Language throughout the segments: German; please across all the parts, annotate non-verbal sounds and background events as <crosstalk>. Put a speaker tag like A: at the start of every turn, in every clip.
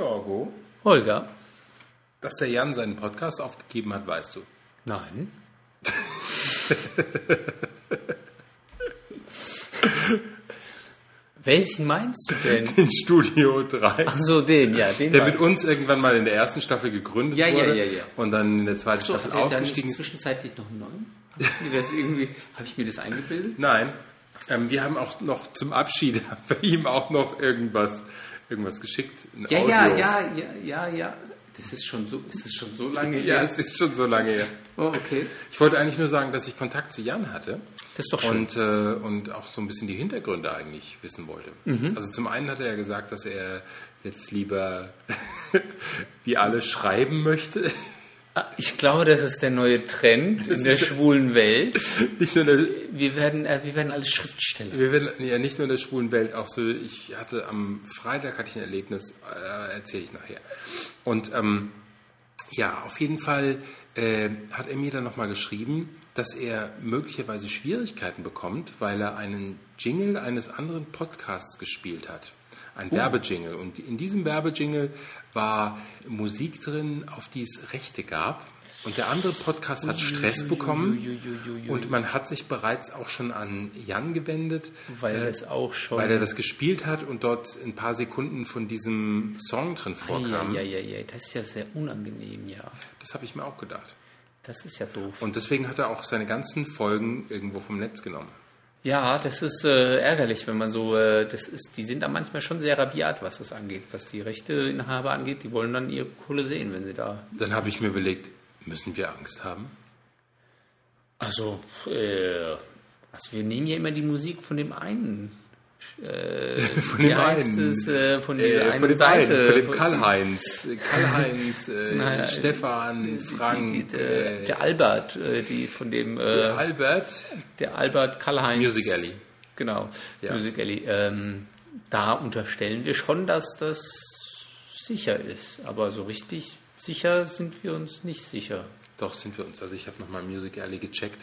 A: Jorgo,
B: Holger?
A: dass der Jan seinen Podcast aufgegeben hat, weißt
B: <laughs>
A: du.
B: Nein. Welchen meinst du denn?
A: In Studio 3.
B: Ach so, den, ja, den.
A: Der
B: war-
A: mit uns irgendwann mal in der ersten Staffel gegründet
B: Ja, ja,
A: wurde
B: ja, ja.
A: und dann in der zweiten
B: so,
A: Staffel
B: hat der dann nicht
A: ausgestiegen ist.
B: zwischenzeitlich noch einen neuen? Habe ich mir das irgendwie, habe ich mir das eingebildet?
A: Nein, ähm, wir haben auch noch zum Abschied <laughs> bei ihm auch noch irgendwas, irgendwas geschickt. ein
B: Ja, ja,
A: Audio.
B: ja, ja, ja, ja. Das ist schon so, ist das schon so lange
A: Ja,
B: her.
A: es ist schon so lange her.
B: Oh, okay.
A: Ich wollte eigentlich nur sagen, dass ich Kontakt zu Jan hatte
B: Das ist doch schön.
A: und, äh, und auch so ein bisschen die Hintergründe eigentlich wissen wollte. Also zum einen hat er ja gesagt, dass er jetzt lieber <laughs> wie alle schreiben möchte. <laughs>
B: Ah, Ich glaube, das ist der neue Trend in der schwulen Welt.
A: Nicht nur in der,
B: Wir werden, äh, wir werden alle Schriftsteller.
A: Wir werden ja nicht nur in der schwulen Welt, auch so, ich hatte am Freitag hatte ich ein Erlebnis, äh, erzähle ich nachher. Und ähm, ja, auf jeden Fall äh, hat er mir dann nochmal geschrieben, dass er möglicherweise Schwierigkeiten bekommt, weil er einen Jingle eines anderen Podcasts gespielt hat. Ein Werbejingle. Und in diesem Werbejingle war Musik drin, auf die es Rechte gab. Und der andere Podcast hat Stress bekommen.
B: Und
A: Und man hat sich bereits auch schon an Jan gewendet,
B: weil es auch schon.
A: weil er das gespielt hat und dort ein paar Sekunden von diesem Song drin vorkam.
B: ja, ja, ja, ja, das ist ja sehr unangenehm, ja.
A: Das habe ich mir auch gedacht.
B: Das ist ja doof.
A: Und deswegen hat er auch seine ganzen Folgen irgendwo vom Netz genommen.
B: ja, das ist äh, ärgerlich, wenn man so, äh, das ist, die sind da manchmal schon sehr rabiat, was das angeht, was die Rechteinhaber angeht. Die wollen dann ihre Kohle sehen, wenn sie da.
A: Dann habe ich mir überlegt, müssen wir Angst haben?
B: Also, äh, also wir nehmen ja immer die Musik von dem einen.
A: Von dem
B: Wie heißt
A: einen.
B: es, äh, von
A: Äh,
B: dieser einen
A: von dem
B: Seite.
A: einen, von dem Karl-Heinz. Äh,
B: <laughs>
A: Karl-Heinz, äh,
B: Naja,
A: Stefan,
B: Die,
A: Frank,
B: die, äh,
A: äh,
B: der Albert, äh, die von dem äh,
A: Albert.
B: der Albert Karl-Heinz.
A: Music Alley.
B: Genau,
A: Ja.
B: Music Alley. Ähm, da unterstellen wir schon, dass das sicher ist. Aber so richtig sicher sind wir uns nicht sicher.
A: Doch, sind wir uns. Also ich habe nochmal Music Alley gecheckt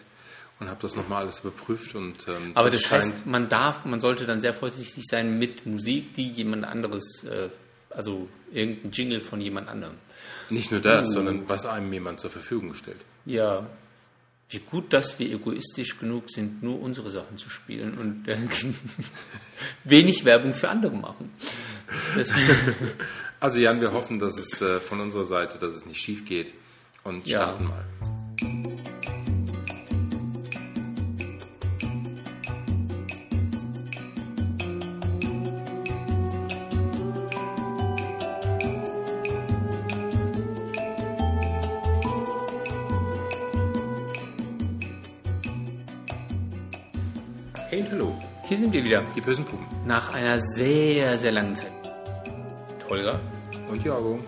A: und habe das nochmal alles überprüft. und ähm,
B: Aber das,
A: scheint-
B: heißt, man darf, man sollte dann sehr vorsichtig sein mit Musik, die jemand anderes, äh, also irgendein Jingle von jemand anderem.
A: Nicht nur das, sondern was einem jemand zur Verfügung stellt.
B: Ja. Wie gut, dass wir egoistisch genug sind, nur unsere Sachen zu spielen und äh, <laughs> wenig Werbung für
A: <laughs>
B: andere machen. Das,
A: Also Jan, wir hoffen, dass es äh, von unserer Seite, dass es nicht schief geht und
B: Ja.
A: starten mal. Hey und hallo,
B: hier sind wir wieder.
A: die bösen Puben
B: Nach einer sehr, sehr langen Zeit. Holger.
A: und Jorgo.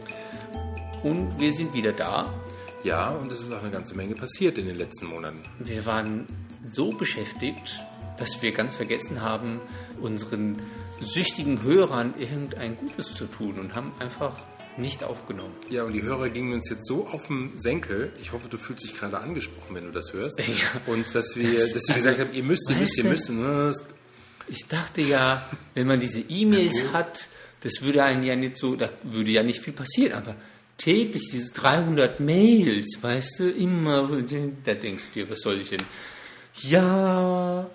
B: Und wir sind wieder da.
A: Ja, und es ist auch eine ganze Menge passiert in den letzten Monaten.
B: Wir waren so beschäftigt, dass wir ganz vergessen haben, unseren süchtigen Hörern irgendein Gutes zu tun und haben einfach nicht aufgenommen.
A: Ja, und die Hörer gingen uns jetzt so auf den Senkel. Ich hoffe, du fühlst dich gerade angesprochen, wenn du das
B: <laughs>
A: hörst. Und dass wir,
B: Das-
A: dass sie
B: also,
A: gesagt haben, ihr müsst, ihr
B: weißt
A: müsst, ihr
B: du-
A: müsst. ne, es-
B: Ich dachte ja, wenn man diese E-Mails hat, das würde einen ja nicht so, da würde ja nicht viel passieren, aber täglich diese 300 Mails, weißt du, immer, da denkst du dir, was soll ich denn? Ja,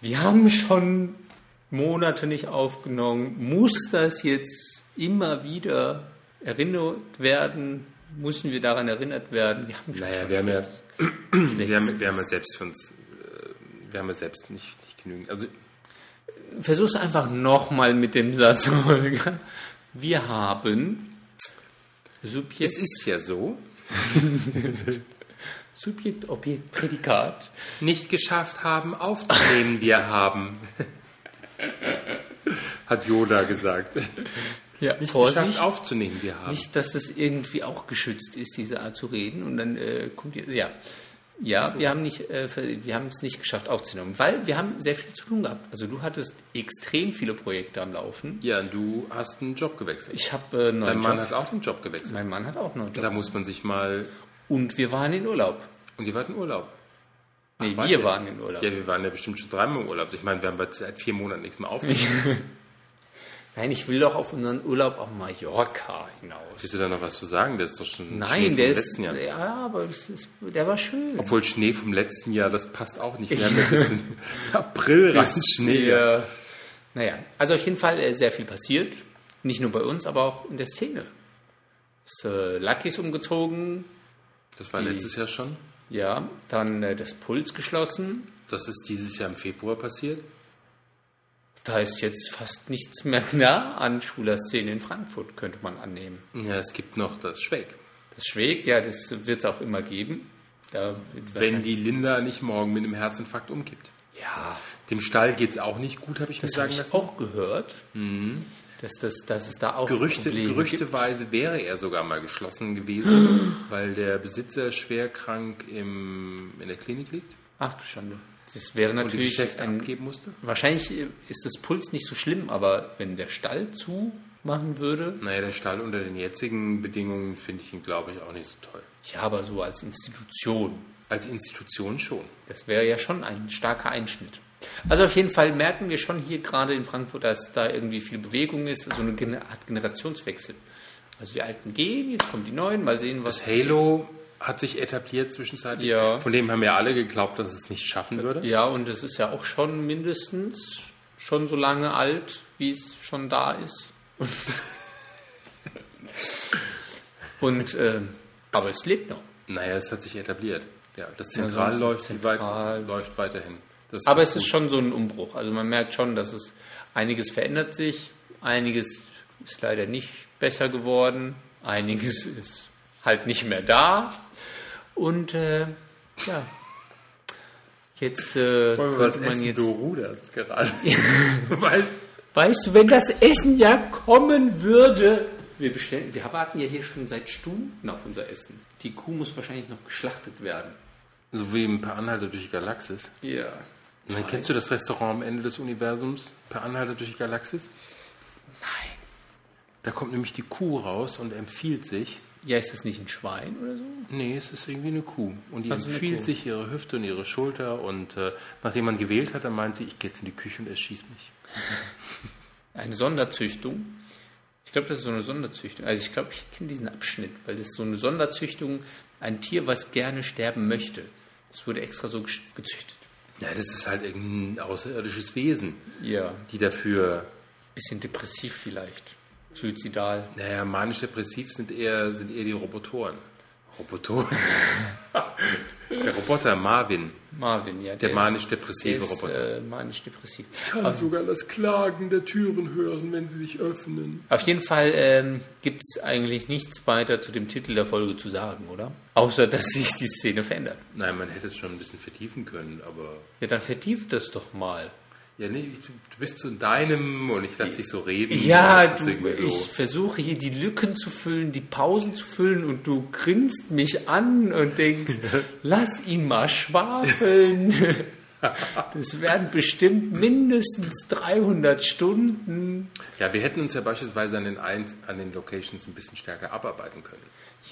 B: wir haben schon Monate nicht aufgenommen, muss das jetzt immer wieder erinnert werden? Müssen wir daran erinnert werden? Wir haben schon
A: Naja, wir haben ja, wir
B: schlechtes-
A: haben, wir haben ja selbst für uns, äh, wir haben ja selbst nicht, nicht genügend. Also,
B: Versuch's einfach nochmal mit dem Satz, <laughs> Holger. Wir haben
A: es
B: Subjekt,
A: ist ja so,
B: Subjekt, Objekt, Prädikat.
A: nicht geschafft haben, aufzunehmen, wir haben. <laughs> Hat Yoda gesagt.
B: Ja,
A: Nicht
B: Vorsicht.
A: geschafft, aufzunehmen, wir haben.
B: Nicht, dass es irgendwie auch geschützt ist, diese Art zu reden. Und dann äh, kommt ihr, ja. Ja, wir haben nicht, äh, ver- wir haben es nicht geschafft aufzunehmen, weil wir haben sehr viel zu tun gehabt. Also du hattest extrem viele Projekte am Laufen.
A: Ja, und du hast einen Job gewechselt.
B: Ich habe äh,
A: Dein
B: neuen
A: Mann
B: Job.
A: hat auch den Job gewechselt.
B: Mein Mann hat auch einen neuen Job.
A: Da muss man sich mal,
B: Und wir waren in Urlaub.
A: und ihr wart in Urlaub.
B: Nee,
A: wart
B: wir
A: ihr?
B: waren in Urlaub.
A: Ja, wir waren ja bestimmt schon dreimal im Urlaub. Ich meine, wir haben seit vier Monaten nichts mehr aufgenommen.
B: Nein, ich will doch auf unseren Urlaub auf Mallorca hinaus.
A: Willst du da noch was zu sagen? Der ist doch schon Schnee
B: Nein,
A: vom
B: der ist, äh,
A: letzten Jahr.
B: ja, aber das ist, der war schön.
A: Obwohl Schnee vom letzten Jahr, das passt auch nicht. Wir haben ja bis
B: <laughs>
A: im April rein Schnee.
B: Äh, naja, also auf jeden Fall äh, sehr viel passiert. Nicht nur bei uns, aber auch in der Szene. Ist, äh, Lucky ist umgezogen,
A: Das war letztes Jahr schon.
B: ja, dann äh, das Puls geschlossen.
A: Das ist dieses Jahr im Februar passiert.
B: Da ist jetzt fast nichts mehr nah an schwuler Szene in Frankfurt, könnte man annehmen.
A: Ja, es gibt noch das Schweig.
B: Das Schweg, ja, das wird es auch immer geben. Da wird
A: Wenn
B: wahrscheinlich-
A: die Linda nicht morgen mit einem Herzinfarkt umkippt.
B: ja,
A: Dem Stall geht es auch nicht gut, habe ich
B: das
A: mir sagen
B: habe ich
A: lassen. Mhm.
B: auch gehört, dass, das, dass es da auch
A: Gerüchte,
B: Probleme gibt.
A: gerüchteweise wäre er sogar mal geschlossen
B: <gasps>
A: gewesen, weil der Besitzer schwer krank im, in der Klinik liegt
B: Ach du Schande. Das wäre
A: und die
B: natürlich
A: Geschäfte
B: ein
A: abgeben musste.
B: Wahrscheinlich äh, ist das Puls nicht so schlimm, aber wenn der Stall zu machen würde,
A: Naja, der Stall unter den jetzigen Bedingungen finde ich ihn, glaube ich, auch nicht so toll.
B: ja, aber so als Institution,
A: Als Institution schon.
B: das wäre ja schon ein starker Einschnitt. Also auf jeden Fall merken wir schon hier gerade in Frankfurt, dass da irgendwie viel Bewegung ist, so eine Gen- Art Generationswechsel. Also die Alten gehen, jetzt kommen die Neuen, mal sehen, was
A: Das Halo hat sich etabliert zwischenzeitlich.
B: Ja.
A: Von dem haben ja alle geglaubt, dass es nicht schaffen würde.
B: Ja, und es ist ja auch schon mindestens schon so lange alt, wie es schon da ist. Und, ähm, aber es lebt noch.
A: Naja, es hat sich etabliert. Ja, das Zentral läuft,
B: Zentral-
A: Weit, läuft weiterhin. Das
B: Aber es ist schon so ein Umbruch. Also man merkt schon, dass es einiges verändert sich, einiges ist leider nicht besser geworden, einiges ist halt nicht mehr da. Und äh, ja, jetzt äh,
A: Wollen wir
B: könnte
A: was essen?
B: jetzt.
A: Du ruderst
B: <laughs>
A: gerade. weißt
B: Weißt du, wenn das Essen ja kommen würde. Wir bestellen, wir warten ja hier schon seit Stunden auf unser Essen. Die Kuh muss wahrscheinlich noch geschlachtet werden.
A: So wie ein paar Anhalter durch die Galaxis.
B: Ja.
A: Und dann kennst du das Restaurant am Ende des Universums, per Anhalter durch die Galaxis?
B: Nein.
A: Da kommt nämlich die Kuh raus und empfiehlt sich.
B: Ja, ist das nicht ein Schwein oder so?
A: Nee, es ist irgendwie eine Kuh. Und die
B: Also eine
A: empfiehlt
B: Kuh.
A: sich ihre Hüfte und ihre Schulter. Und äh, nachdem man gewählt hat, dann meint sie, ich gehe jetzt in die Küche und erschieß mich.
B: Eine Sonderzüchtung. Ich glaube, das ist so eine Sonderzüchtung. Also ich glaube, ich kenne diesen Abschnitt, weil das ist so eine Sonderzüchtung, ein Tier, was gerne sterben möchte. Das wurde extra so gesch- gezüchtet.
A: Ja, das ist halt irgendein außerirdisches Wesen,
B: Ja.
A: die dafür,
B: Bisschen depressiv vielleicht. Suizidal.
A: naja, manisch-depressiv sind eher, sind eher die Robotoren. Robotoren? <laughs> Der Roboter Marvin,
B: Marvin, ja.
A: der
B: ist-
A: manisch-depressive
B: der ist,
A: Roboter.
B: Äh, manisch-depressiv.
A: kann sogar das Klagen der Türen hören, wenn sie sich öffnen.
B: Auf jeden Fall ähm, gibt es eigentlich nichts weiter zu dem Titel der Folge zu sagen, oder? Außer, dass sich die Szene verändert.
A: Nein, man hätte es schon ein bisschen vertiefen können, aber.
B: Ja, dann vertieft das doch mal.
A: Ja, nee, ich- du bist zu deinem und ich lass dich so reden.
B: Ja,
A: Das ist
B: du,
A: irgendwie
B: ich versuche hier die Lücken zu füllen, die Pausen zu füllen und du grinst mich an und denkst, lass ihn mal schwafeln. Das werden bestimmt mindestens 300 Stunden.
A: Ja, wir hätten uns ja beispielsweise an den, ein an den Locations ein bisschen stärker abarbeiten können.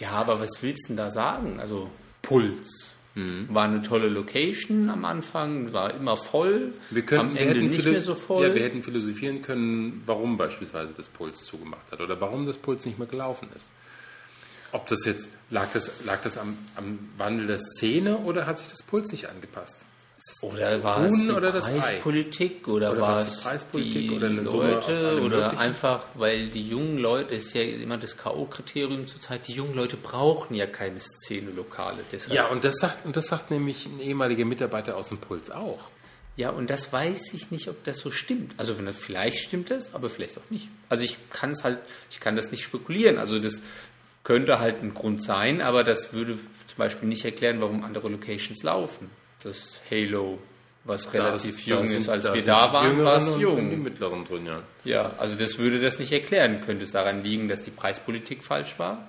B: Ja, aber was willst du denn da sagen? Also Puls.
A: Mhm.
B: War eine tolle Location am Anfang, war immer voll.
A: Wir können,
B: am
A: wir
B: Ende
A: hätten
B: nicht
A: philo-
B: mehr so voll.
A: Ja, wir hätten philosophieren können, warum beispielsweise das Puls zugemacht hat oder warum das Puls nicht mehr gelaufen ist. Ob das jetzt, lag das, lag das am, am Wandel der Szene oder hat sich das Puls nicht angepasst?
B: oder war es
A: Huhn
B: die
A: oder das Ei?
B: Preispolitik oder,
A: Oder
B: war
A: war's die
B: es
A: Preispolitik
B: die
A: oder eine Summe aus
B: Leute
A: allem
B: oder
A: Möglichen?
B: einfach, weil die jungen Leute, ist ja immer das K.O.-Kriterium zurzeit, die jungen Leute brauchen ja keine Szene-Lokale. Deshalb
A: Ja, und das sagt, und das sagt nämlich ein ehemaliger Mitarbeiter aus dem Puls auch.
B: Ja, und das weiß ich nicht, ob das so stimmt. Also wenn das vielleicht stimmt das, aber vielleicht auch nicht. Also ich kann es halt, ich kann das nicht spekulieren. Also das könnte halt ein Grund sein, aber das würde zum Beispiel nicht erklären, warum andere Locations laufen. Das Halo, was relativ
A: Da
B: jung
A: sind-
B: ist, als wir
A: sind die
B: da waren,
A: Jüngeren
B: war es
A: und- und Die
B: jung.
A: Mittleren drin, ja.
B: Ja, also das würde das nicht erklären. Könnte es daran liegen, dass die Preispolitik falsch war,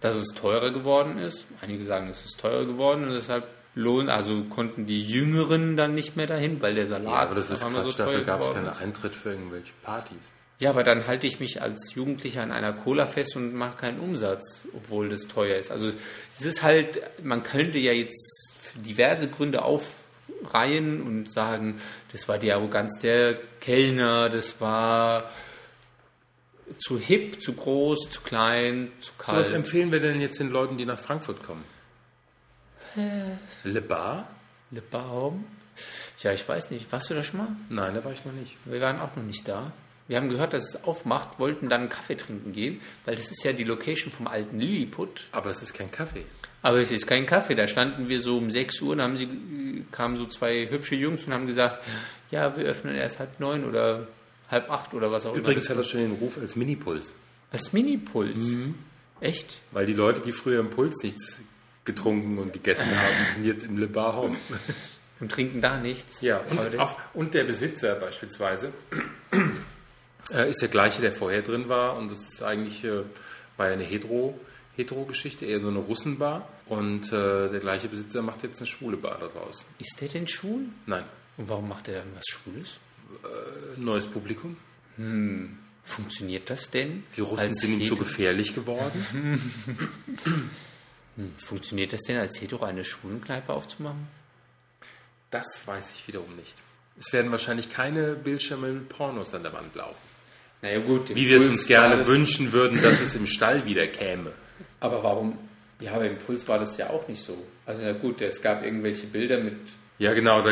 B: dass es teurer geworden ist. Einige sagen, es ist teurer geworden und deshalb lohn, also konnten die Jüngeren dann nicht mehr dahin, weil der Salat
A: Aber das ist
B: auf einmal
A: Quatsch, dafür gab es
B: geworden
A: keinen
B: ist.
A: Eintritt für irgendwelche Partys.
B: Ja, aber dann halte ich mich als Jugendlicher an einer Cola fest und mache keinen Umsatz, obwohl das teuer ist. Also es ist halt, man könnte ja jetzt diverse Gründe aufreihen und sagen, das war die Arroganz der Kellner, das war zu hip, zu groß, zu klein, zu kalt.
A: Was empfehlen wir denn jetzt den Leuten, die nach Frankfurt kommen?
B: Äh.
A: Le Bar?
B: Le Baum? Ja, ich weiß nicht. Warst du da schon mal?
A: Nein, da war ich noch nicht.
B: Wir waren auch noch nicht da. Wir haben gehört, dass es aufmacht, wollten dann einen Kaffee trinken gehen, weil das ist ja die Location vom alten Lilliput.
A: Aber es ist kein Kaffee.
B: Aber es ist kein Kaffee. Da standen wir so um 6 Uhr und haben sie, kamen so zwei hübsche Jungs und haben gesagt, ja, wir öffnen erst halb neun oder halb acht oder was auch
A: Übrigens
B: immer.
A: hat das schon den Ruf als Minipuls.
B: Als Mini-Puls.
A: Mhm.
B: Echt?
A: Weil die Leute, die früher im Puls nichts getrunken und gegessen haben, sind jetzt im Le Bar Home.
B: Und trinken da nichts.
A: Ja,
B: Aber
A: und,
B: der-
A: auf, und der Besitzer beispielsweise <clears throat> äh, ist der gleiche, der vorher drin war. Und das ist eigentlich äh, war ja eine Hetero, Hetero-Geschichte, eher so eine Russenbar. Und äh, der gleiche Besitzer macht jetzt eine schwule Bar daraus.
B: Ist der denn schwul?
A: Nein, äh,
B: Und warum macht er dann was Schwules?
A: neues Publikum.
B: Funktioniert das denn?
A: Die Russen
B: als
A: sind ihm zu
B: hetero- Mhm.
A: gefährlich geworden.
B: Funktioniert das denn als Hetero eine Schwulenkneipe aufzumachen?
A: Das weiß ich wiederum nicht. Es werden wahrscheinlich keine Bildschirme mit Pornos an der Wand laufen.
B: Naja gut,
A: Wie wir es uns gerne wünschen würden, dass es im Stall wieder käme.
B: Aber warum? Ja, beim Puls war das ja auch nicht so. Also na gut, es gab irgendwelche Bilder mit.
A: Ja, genau, da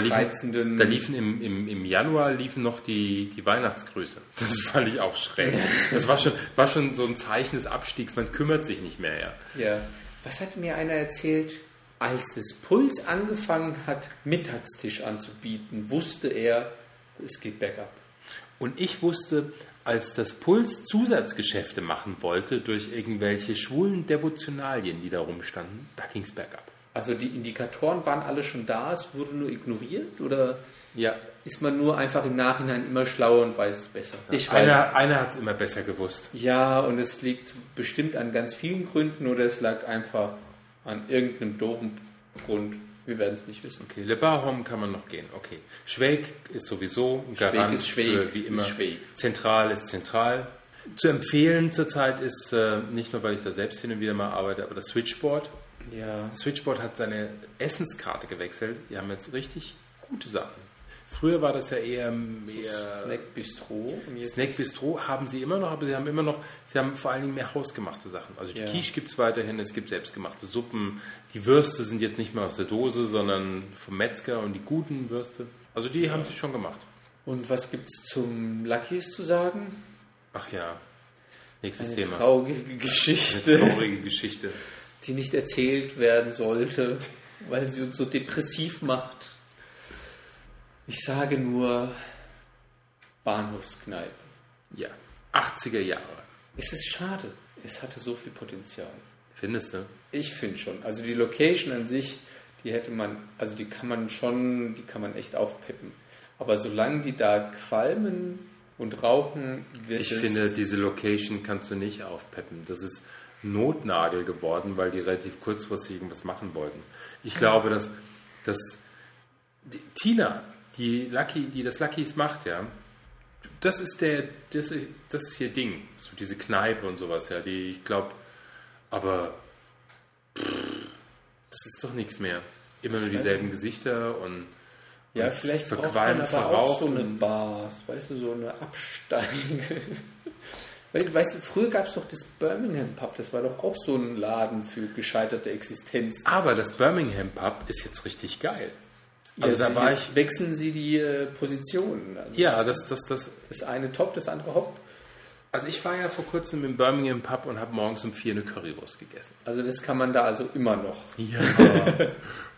A: liefen,
B: Reizenden-
A: da liefen im, im, im Januar liefen noch die, die Weihnachtsgrüße. <laughs> Das fand ich auch schräg. Das war schon, war schon so ein Zeichen des Abstiegs, man kümmert sich nicht mehr. Ja.
B: Ja. Was hat mir einer erzählt? Als das Puls angefangen hat, Mittagstisch anzubieten, wusste er, es geht bergab.
A: Und ich wusste, als das Puls Zusatzgeschäfte machen wollte durch irgendwelche schwulen Devotionalien, die da rumstanden, da ging's bergab.
B: Also die Indikatoren waren alle schon da, es wurde nur ignoriert oder
A: Ja,
B: ist man nur einfach im Nachhinein immer schlauer und weiß es besser? Ich
A: einer, einer hat es immer besser gewusst.
B: Ja, und es liegt bestimmt an ganz vielen Gründen oder es lag einfach an irgendeinem doofen Grund. Wir werden es nicht wissen.
A: Okay, Le Barum kann man noch gehen. Okay, Schweg ist sowieso ein Garant
B: ist Schweg,
A: für wie
B: ist
A: immer.
B: Schweg.
A: Zentral ist zentral. Zu empfehlen zurzeit ist äh, nicht nur, weil ich da selbst hin und wieder mal arbeite, aber das Switchboard.
B: Ja.
A: Switchboard hat seine Essenskarte gewechselt. Die haben jetzt richtig gute Sachen. Früher war das ja eher, eher
B: Snack Bistro. Und jetzt
A: Snack Bistro haben sie immer noch, aber sie haben immer noch, sie haben vor allen Dingen mehr hausgemachte Sachen. Also die
B: Ja.
A: Quiche gibt es weiterhin, es gibt selbstgemachte Suppen. Die Würste sind jetzt nicht mehr aus der Dose, sondern vom Metzger und die guten Würste. Also die haben sie schon gemacht.
B: Und was gibt's zum Luckies zu sagen?
A: Ach ja, nächstes
B: Eine
A: Thema.
B: traurige
A: Eine
B: Geschichte,
A: traurige Geschichte.
B: die nicht erzählt werden sollte, weil sie uns so depressiv macht. Ich sage nur Bahnhofskneipe.
A: Ja, 80er Jahre.
B: Es ist schade. Es hatte so viel Potenzial.
A: Findest du?
B: Ich finde schon. Also die Location an sich, die hätte man, also die kann man schon, die kann man echt aufpeppen. Aber solange die da qualmen und rauchen, wird
A: Ich
B: es
A: finde, diese Location kannst du nicht aufpeppen. Das ist Notnagel geworden, weil die relativ kurzfristig was machen wollten. Ich glaube, dass, dass die, Tina, die Lucky, die das Luckys macht, ja, das ist der, das ist, das ist ihr Ding. So diese Kneipe und sowas, ja, die, ich glaube, aber pff, das ist doch nichts mehr. Immer nur dieselben Gesichter und
B: ja vielleicht braucht man
A: verqualmt,
B: aber auch
A: verraucht
B: so eine
A: und-
B: Bar, weißt du, so eine Absteige. <laughs> Weil, weißt du, früher gab es doch das Birmingham Pub, das war doch auch so ein Laden für gescheiterte Existenz.
A: aber das Birmingham Pub ist jetzt richtig geil. Also
B: Ja,
A: da war
B: jetzt
A: ich
B: wechseln sie die äh, Positionen. Also
A: Ja, das, das, das.
B: Das eine top, das andere hopp.
A: Also ich war ja vor kurzem im Birmingham Pub und habe morgens um vier eine Currywurst gegessen.
B: Also das kann man da also immer noch.
A: Ja.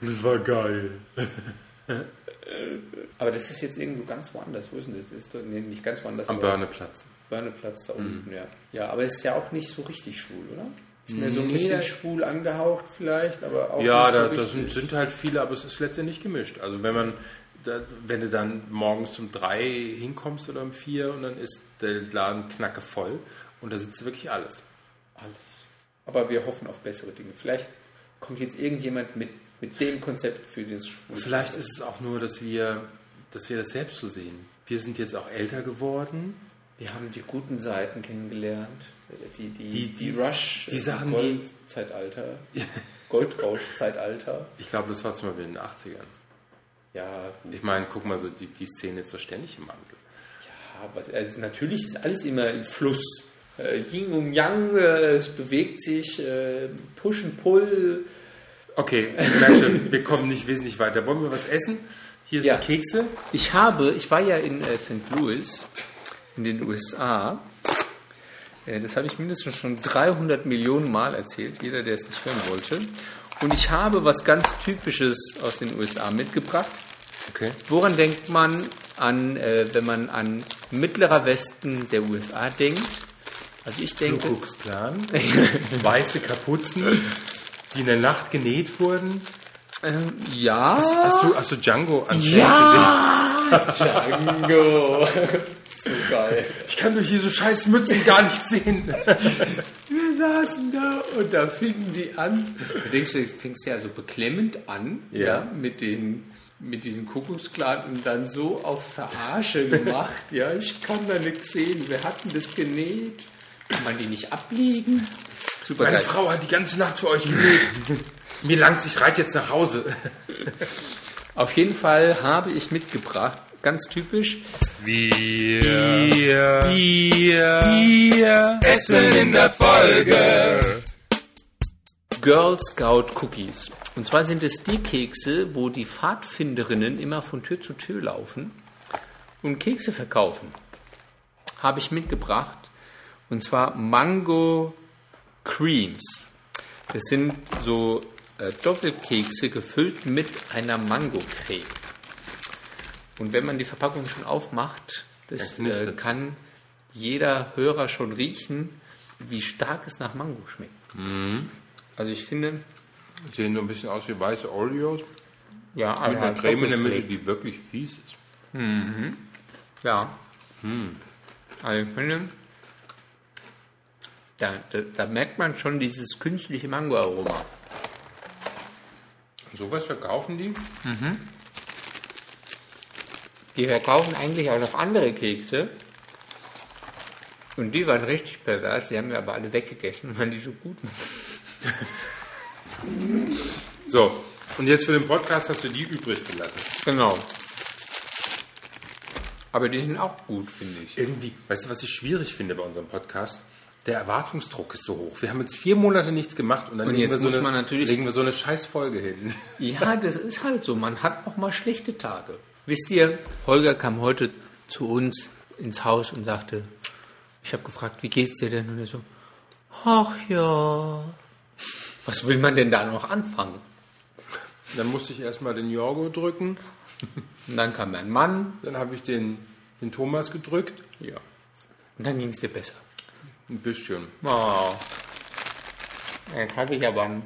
A: das war geil.
B: Aber das ist jetzt irgendwo ganz woanders. Wo ist denn das? das ist doch, nee, nicht ganz
A: <laughs>
B: woanders.
A: Am Mhm.
B: aber
A: Börneplatz.
B: Börneplatz da unten, ja. Ja, aber ist ja auch nicht so richtig schwul, oder? Ist mir so ein
A: Nee,
B: bisschen
A: da-
B: schwul angehaucht vielleicht, aber auch
A: Ja,
B: nicht
A: da,
B: so
A: da
B: richtig.
A: sind, sind halt viele, aber es ist letztendlich gemischt. Also wenn man, da, wenn du dann morgens um drei hinkommst oder um vier und dann ist der Laden knacke voll und da sitzt wirklich alles.
B: alles. Aber wir hoffen auf bessere Dinge. Vielleicht kommt jetzt irgendjemand mit, mit dem Konzept für das Schwul.
A: Vielleicht ist es auch nur, dass wir, dass wir das selbst so sehen. Wir sind jetzt auch älter geworden.
B: Wir haben die guten Seiten kennengelernt. Die, die, die,
A: Die- die-
B: Rush, äh,
A: die Sachen, die- <laughs>
B: Goldzeitalter, Goldrauschzeitalter.
A: Ich glaube, das war zum Beispiel in den 80ern.
B: Ja, gut.
A: Ich meine, guck mal, so die, die Szene ist doch ständig im Wandel.
B: Ja, was, also natürlich ist alles immer im Fluss. äh, Yin und Yang, äh, es bewegt sich, äh, Push und Pull.
A: Okay, ich merke schon, wir kommen nicht wesentlich weiter. Wollen wir was essen? Hier sind
B: Ja.
A: Kekse.
B: Ich habe, ich war ja in äh, St. Louis, in den USA. Äh, das habe ich mindestens schon 300 Millionen Mal erzählt, jeder, der es nicht hören wollte. Und ich habe was ganz Typisches aus den USA mitgebracht.
A: Okay.
B: Woran denkt man an, äh, wenn man an mittlerer Westen der USA denkt? Also ich denke,
A: Kuckucksklan. Weiße Kapuzen, die in der Nacht genäht wurden.
B: ähm, ja, <laughs>
A: Hast du, hast du Django an
B: Django. <laughs> so geil.
A: Ich kann durch diese scheiß Mützen gar nicht sehen.
B: Wir saßen da und da fingen die an. Du denkst, du fängst ja so beklemmend an, ja, mit den mit diesen Kuckuckskladen und dann so auf Verarsche gemacht, ja, ich kann da nichts sehen, wir hatten das genäht, kann man die nicht ablegen? Super
A: Meine Frau hat die ganze Nacht für euch genäht. Mir langt, ich reite jetzt nach Hause.
B: Auf jeden Fall habe ich mitgebracht, ganz typisch,
A: Essen in der Folge.
B: Girl Scout Cookies. Und zwar sind es die Kekse, wo die Pfadfinderinnen immer von Tür zu Tür laufen und Kekse verkaufen. Habe ich mitgebracht. Und zwar Mango Creams. Das sind so äh, Doppelkekse gefüllt mit einer Mango-Creme. Und wenn man die Verpackung schon aufmacht, das
A: Dann knistert's.
B: äh, kann jeder Hörer schon riechen, wie stark es nach Mango schmeckt.
A: Mhm.
B: Also ich finde,
A: Sehen so ein bisschen aus wie weiße Oreos.
B: ja,
A: Mit einer Creme in der Mitte, die wirklich fies ist.
B: Ja. Also ich finde, da, da, da merkt man schon dieses künstliche Mango-Aroma.
A: Und sowas verkaufen die?
B: Die verkaufen eigentlich auch noch andere Kekse. Und die waren richtig pervers, die haben wir aber alle weggegessen, <laughs> weil die so gut waren.
A: So, und jetzt für den Podcast hast du die übrig gelassen.
B: Genau. Aber die sind auch gut, finde ich.
A: Irgendwie, weißt du, was ich schwierig finde bei unserem Podcast? Der Erwartungsdruck ist so hoch. Wir haben jetzt vier Monate nichts gemacht und dann
B: Und
A: legen, wir
B: jetzt
A: so
B: muss
A: eine,
B: man natürlich-
A: legen wir so eine Scheißfolge hin. <laughs>
B: Ja, das ist halt so. Man hat auch mal schlechte Tage. Wisst ihr, Holger kam heute zu uns ins Haus und sagte, ich habe gefragt, wie geht's dir denn? Und er so, ach ja. Was will man denn da noch anfangen?
A: Dann musste ich erstmal den Jorgo drücken,
B: Und dann kam mein Mann.
A: dann habe ich den, den Thomas gedrückt.
B: Ja. Und dann ging's dir besser.
A: Ein bisschen.
B: Oh. Jetzt habe ich aber einen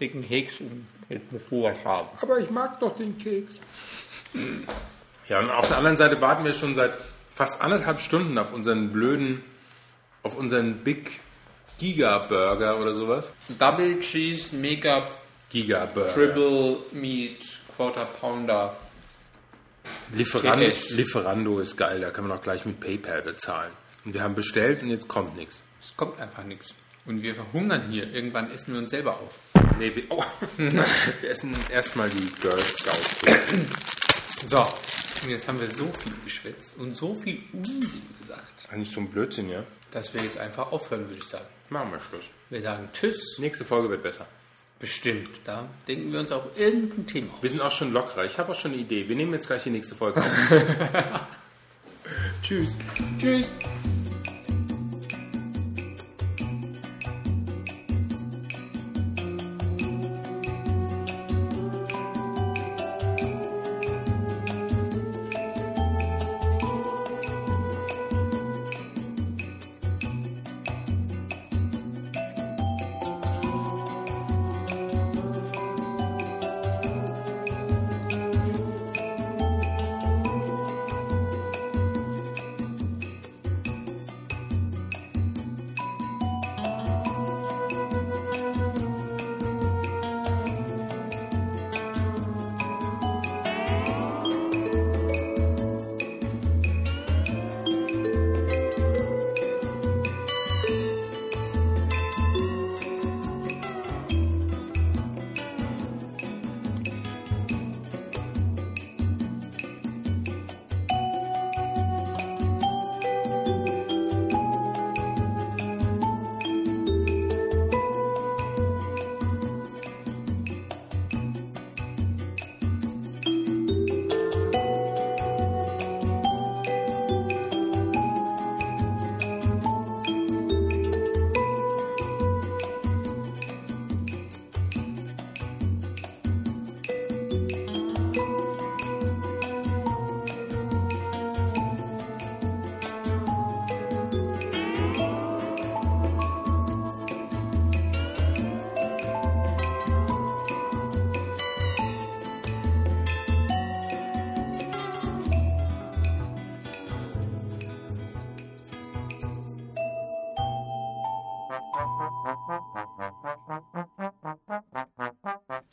B: dicken Heks und jetzt musst du was haben.
A: Aber ich mag doch den Keks. Ja, und auf der anderen Seite warten wir schon seit fast anderthalb Stunden auf unseren blöden, auf unseren Big Giga Burger oder sowas.
B: Double Cheese, Mega
A: Giga Burger.
B: Triple Meat, Quarter Pounder.
A: Lieferando,
B: TS.
A: Lieferando ist geil, da kann man auch gleich mit PayPal bezahlen. Und wir haben bestellt und jetzt kommt nichts.
B: Es kommt einfach nichts. Und wir verhungern hier. Irgendwann essen wir uns selber auf.
A: Nee, wir, oh. <laughs> wir essen erstmal die Girl Scout.
B: So, und jetzt haben wir so viel geschwätzt und so viel Unsinn gesagt,
A: Eigentlich so ein Blödsinn, ja?
B: dass wir jetzt einfach aufhören, würde ich sagen.
A: Machen wir Schluss.
B: Wir sagen Tschüss.
A: Nächste Folge wird besser.
B: Bestimmt. Da denken wir uns auch irgendein Thema aus.
A: Wir sind auch schon lockerer. Ich habe auch schon eine Idee. Wir nehmen jetzt gleich die nächste Folge auf. Tschüss.
B: Tschüss.